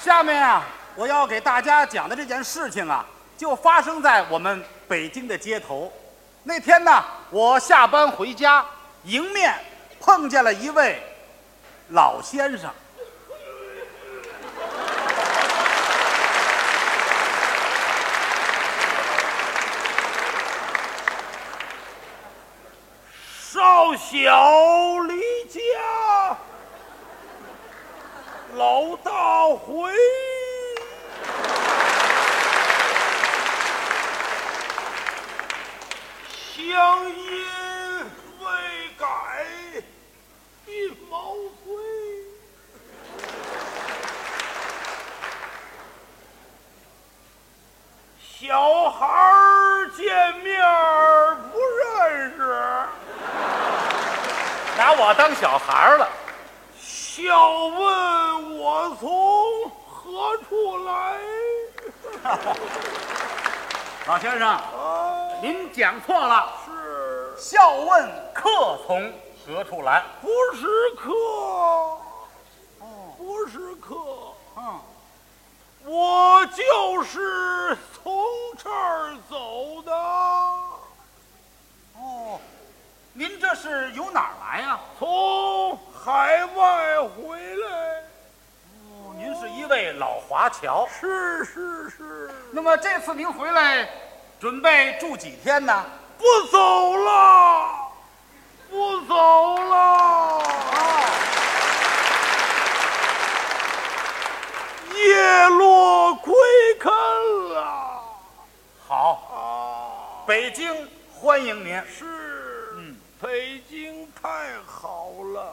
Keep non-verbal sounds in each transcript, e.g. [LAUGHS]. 下面啊，我要给大家讲的这件事情啊，就发生在我们北京的街头。那天呢，我下班回家，迎面碰见了一位老先生。少小离家，老大回。乡音未改鬓毛衰。小孩儿见面儿不认识。拿我当小孩儿了，笑问我从何处来？ [LAUGHS] 老先生，啊，您讲错了。是笑问客从何处来？不是客？不是客，嗯，我就是从这儿走的，哦，您这是由哪儿来啊呀、从海外回来。哦，您是一位老华侨。是是是，那么这次您回来，准备住几天呢？不走了，不走了。哦，叶落归根了好，啊！北京欢迎您，是，嗯北京太好了。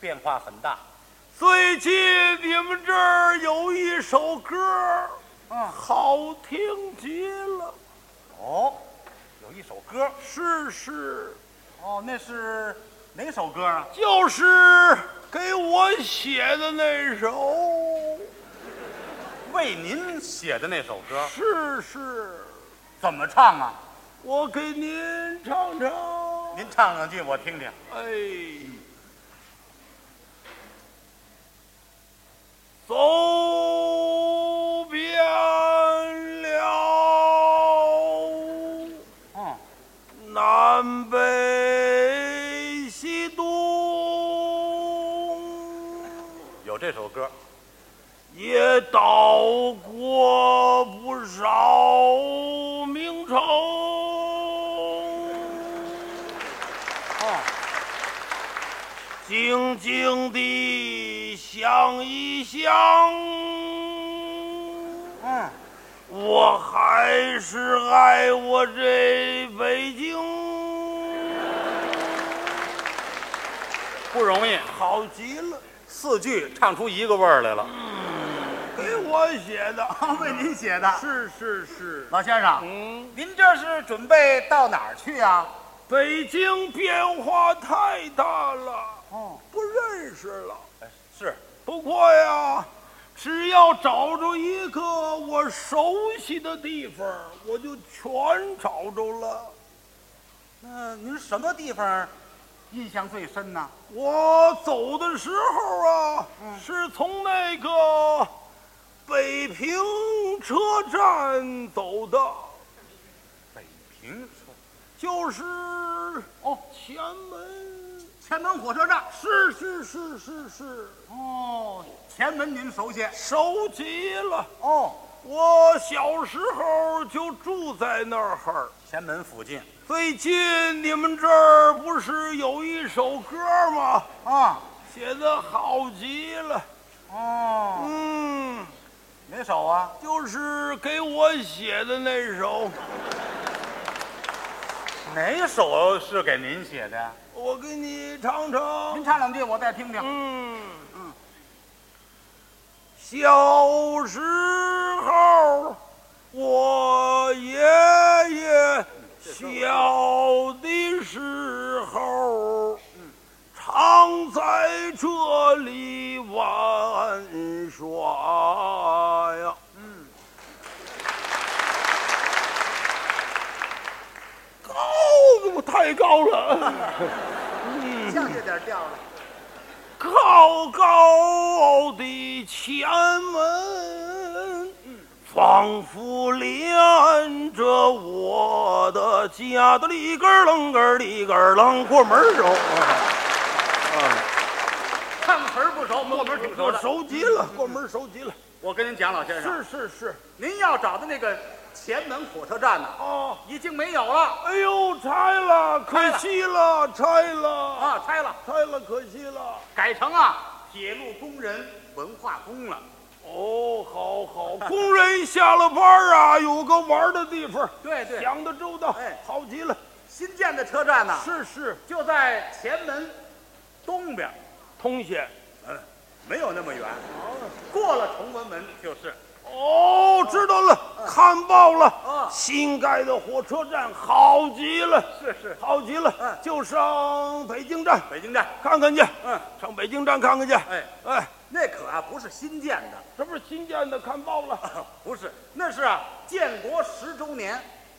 变化很大。最近你们这儿有一首歌，嗯，好听极了。哦，有一首歌，是是，哦，那是哪首歌啊？就是给我写的那首。为您写的那首歌，是是，怎么唱啊？我给您唱唱。您唱两句我听听。哎，走遍了嗯，南北西东，有这首歌。也到过不少名城。哦，静静地想一想，嗯，我还是爱我这北京。不容易，好极了，四句唱出一个味儿来了。嗯给哎我写的。为您写的是是是，老先生，嗯，您这是准备到哪儿去啊？北京变化太大了，哦，哎不认识了。是，不过呀，只要找着一个我熟悉的地方，我就全找着了。那您什么地方印象最深呢？我走的时候啊，嗯是从那个北平车站走的，北平车就是哦，前门。前门火车站。是是是是是，哦，前门您熟悉。熟极了。哦，我小时候就住在那儿。前门附近最近你们这儿不是有一首歌吗？啊。写的好极了，哦，嗯，哪首啊？就是给我写的那首。哪首是给您写的？我给你尝尝。您唱两句，我再听听。嗯嗯，小时候我爷爷小的时候，常在这里玩耍呀。嗯，高，我太高了。像有点调了。高高的前门，仿佛连着我的家的里根儿楞根儿里根儿楞过门儿啊熟，看词儿不熟，过门儿挺熟我的。熟极了，过门儿熟极了，我跟您讲，老先生，是是是，您要找的那个前门火车站呢、哦，已经没有了哎呦，拆了，可惜了，拆了，啊，拆了，拆了，可惜了。改成啊铁路工人文化宫了。哦，好好，工人下了班儿啊，有个玩儿的地方，对对，想得周到哎，好极了。新建的车站呢、是是，就在前门东边，通县。嗯，没有那么远，过了崇文门就是。哦，知道了，看报了嗯，新盖的火车站好极了，是是，好极了嗯，就上北京站北京站，看看去，嗯，上北京站看看去。哎，哎，那可啊不是新建的。这不是新建的，看报了。不是，那是啊，建国十周年，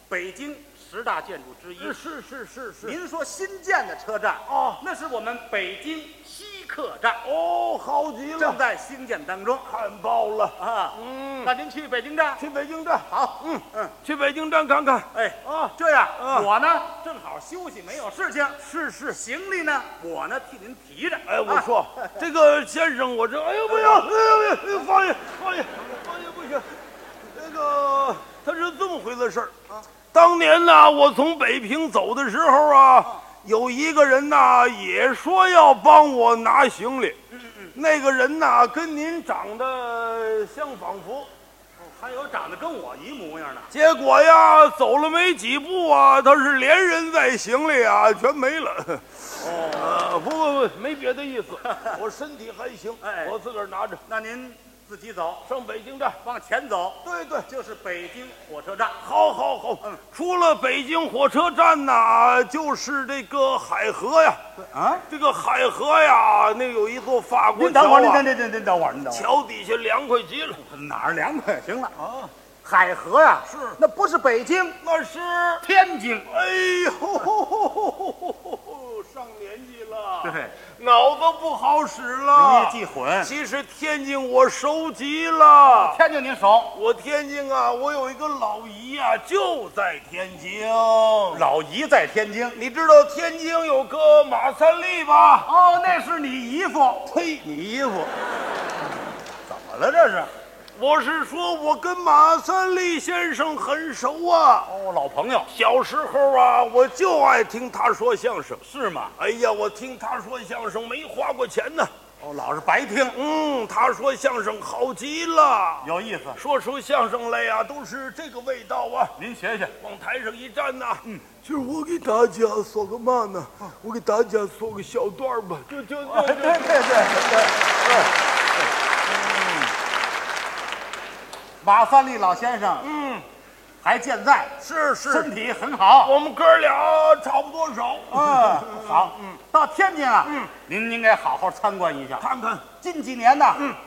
北京十大建筑之一是。是是是是。您说新建的车站哦那是我们北京西客站，哦，好极正了，在兴建当中看报了。啊。嗯，那您去北京站，去北京站，好，嗯嗯，去北京站看看。哎，啊，这样嗯我呢正好休息，没有事情，是是。行李呢我呢替您提着。哎，我啊说、这个先生，我这哎呦不行，哎呦不行，放下放下放下不行，那个他是这么回的事儿当年呢、我从北平走的时候啊，有一个人呐、也说要帮我拿行李，那个人呐、跟您长得相仿佛，还有长得跟我一模样的，结果呀，走了没几步啊，他是连人带行李啊全没了。哦，不不不，没别的意思， [LAUGHS] 我身体还行，哎我自个儿拿着那您自己走，上北京站。往前走对对，就是北京火车站。好好好。嗯出了北京火车站呐，就是这个海河呀，啊，这个海河呀，那有一座法国您等会桥儿，您啊等，，您您您等会儿，您等会儿。桥底下凉快极了。哪儿凉快？行了，啊，海河呀、是那不是北京，那是，天津。哎呦， [LAUGHS] 上年纪了。对，脑子不好使容了易。记混。其实天津我熟极了，天津您熟，我天津啊，我有一个老姨啊，就在天津。老姨在天津。你知道天津有个马三立吧？哦，那是你姨夫。呸！你衣服，怎么了这是？我是说，我跟马三立先生很熟啊。哦，老朋友小时候啊，我就爱听他说相声。是吗？哎呀，我听他说相声没花过钱呢。哦，老是白听，嗯，他说相声好极了。有意思。说出相声来呀、都是这个味道啊！您学学，往台上一站呐、嗯，就是我给大家说个嘛呢？我给大家说个小段儿吧，啊哎就就就就嗯马三立老先生，嗯，还健在，是是，身体很好。我们哥俩差不多少，啊嗯，好，嗯，到天津啊，嗯，您应该好好参观一下。看看近几年呢，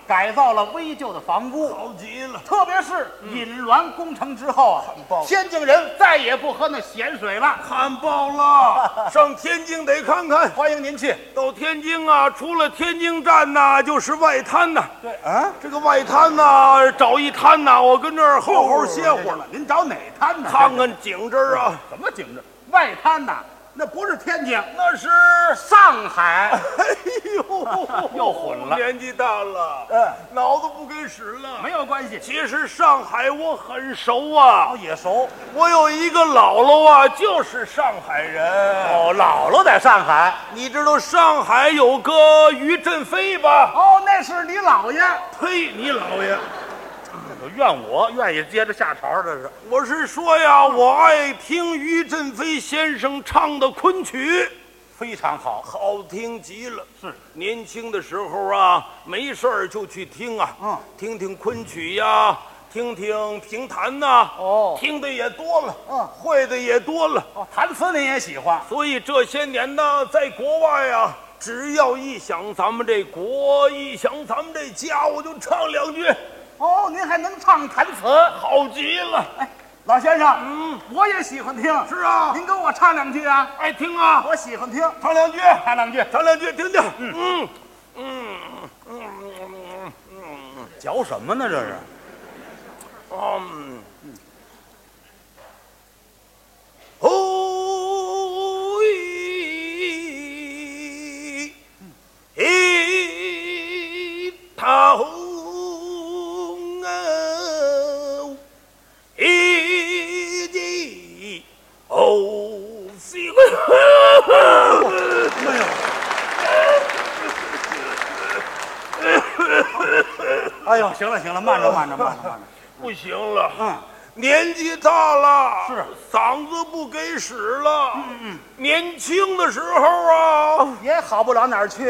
改造了危旧的房屋，好极了，特别是引滦工程之后啊棒，天津人再也不喝那咸水了。看报 [LAUGHS] 了，上天津得看看。欢迎您去。到天津啊，除了天津站呐、就是外滩呐、对啊，这个外滩哦呐、找一滩呐、我跟这儿好好歇会儿了。您找哪滩呢？看看景致啊。什么景致？外滩呐，那不是天津，那是，上海。，哎呦 [LAUGHS] 又混了年纪大了，嗯，脑子不给使 [LAUGHS] 了。没有关系。其实上海我很熟啊，也熟。我有一个姥姥啊，就是上海人。哦，姥姥在上海。你知道上海有个于振飞吧？哦，那是你姥爷。呸！你姥爷！怨我，愿意接着下茬，这是。我是说呀，我爱听于振飞先生唱的昆曲，非常好，好听极了。是年轻的时候啊，没事儿就去听啊，嗯，听听昆曲呀、听听评弹呐、哦听的也多了，嗯会的也多了。哦，谭词您也喜欢，所以这些年呢，在国外啊，只要一想咱们这国，一想咱们这家，我就唱两句，哦，您还能唱弹词，好极了。哎，老先生，嗯，我也喜欢听，是啊，您跟我唱两句啊，爱听啊，我喜欢听，唱两句，唱两句，唱两句，听听。嗯嗯嗯嗯嗯，嚼什么呢？这是，嗯，哦咦，一头牛，一地哦西瓜。哎呦！ [LAUGHS] 哎呦，行了行了，慢着慢着慢着慢着，不行了，嗯，年纪大了，是嗓子不给使了。嗯嗯，年轻的时候啊，也好不了哪儿去，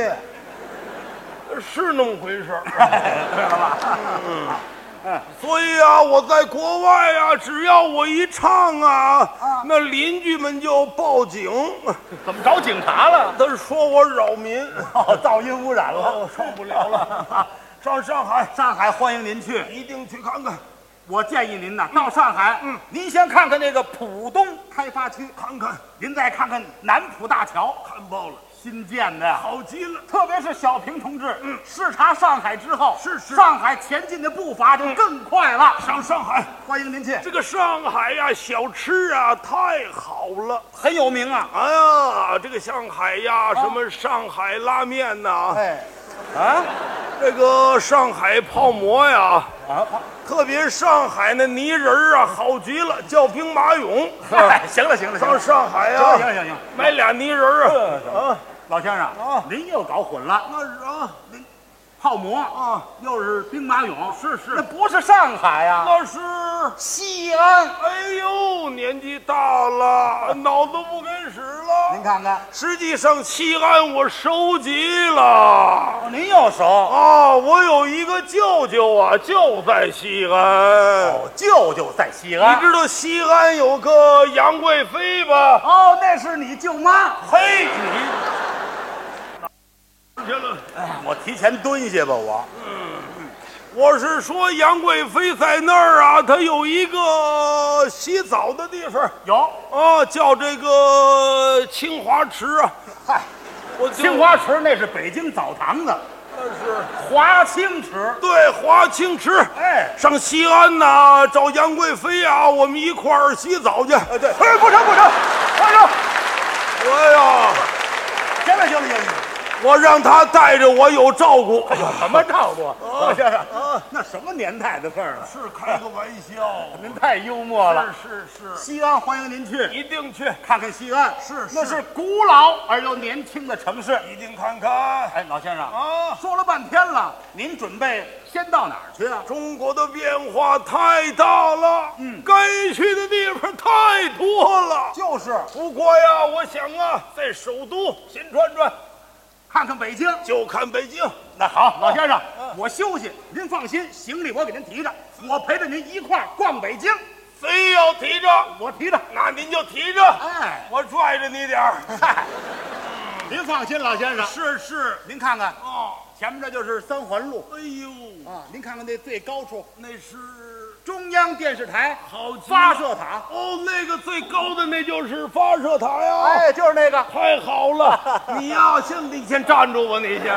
是那么回事 [LAUGHS] 儿嗯对了吧？嗯所以啊，我在国外啊，只要我一唱啊，那邻居们就报警，怎么找警察了？他说我扰民，哦，噪音污染了我，受不了了。上上海 [LAUGHS] 上海欢迎您去。一定去看看，我建议您呐，到上海，嗯，您先看看那个浦东开发区，看看，您再看看南浦大桥，看爆了，新建的呀。好极了。特别是小平同志，嗯，视察上海之后，是是上海前进的步伐就更快了。上上海，欢迎您去，这个上海呀、小吃啊太好了。很有名啊。哎呀，这个上海呀，什么上海拉面呐、哎，啊，这个上海泡馍呀，啊，特别上海那泥人儿啊，好极了，叫兵马俑。嗨， [LAUGHS] 行了行了行上了，上海行了行呀，了行了，买俩泥人儿嗯啊，老先生啊，您又搞混了，那是啊，泡馍啊，哦又是兵马俑，是是那不是上海啊呀，那是。西安。哎呦，年纪大了，脑子不跟使了。您看看，实际上，西安我收集了。哦，您又熟，啊，我有一个舅舅啊，就在西安。哦，舅舅在西你安。知道西安有个杨贵妃吧？哦，那是你舅妈。嘿，你去了。哎我提前蹲下吧，我。我是说杨贵妃在那儿啊，她有一个洗澡的地方有，啊，叫这个清华池啊。嗨，我就清华池那是北京澡堂子，那是华清池。对华清池。哎，上西安呐、找杨贵妃啊，我们一块儿洗澡去。哎，对，哎，不成不成，不成，哎呀。行了行了行了，我让他带着我有照顾。什么照顾？老先生啊，那什么年代的事儿了？是开个玩笑，您太幽默了。是是，西安欢迎您去一定去，看看西安，是那是是古老而又年轻的城市。一定看看哎，老先生，啊！说了半天了，您准备先到哪儿去啊？中国的变化太大了，嗯，该去的地方太多了。就是不过呀，我想啊，在首都先转转，看看北京。就看北京。那好，老先生，我休息，您放心，行李我给您提着，我陪着您一块儿逛北京，非要提着，我提着。那您就提着，哎，我拽着你点儿。嗨，您放心，老先生，是是，您看看哦，前面这就是三环路哎呦，啊，您看看那最高处那是中央电视台好极发了射塔，哦，那个最高的那就是发射塔呀！，哎哦就是那个。 [LAUGHS] 太好了，你呀，先你先站住吧，你先。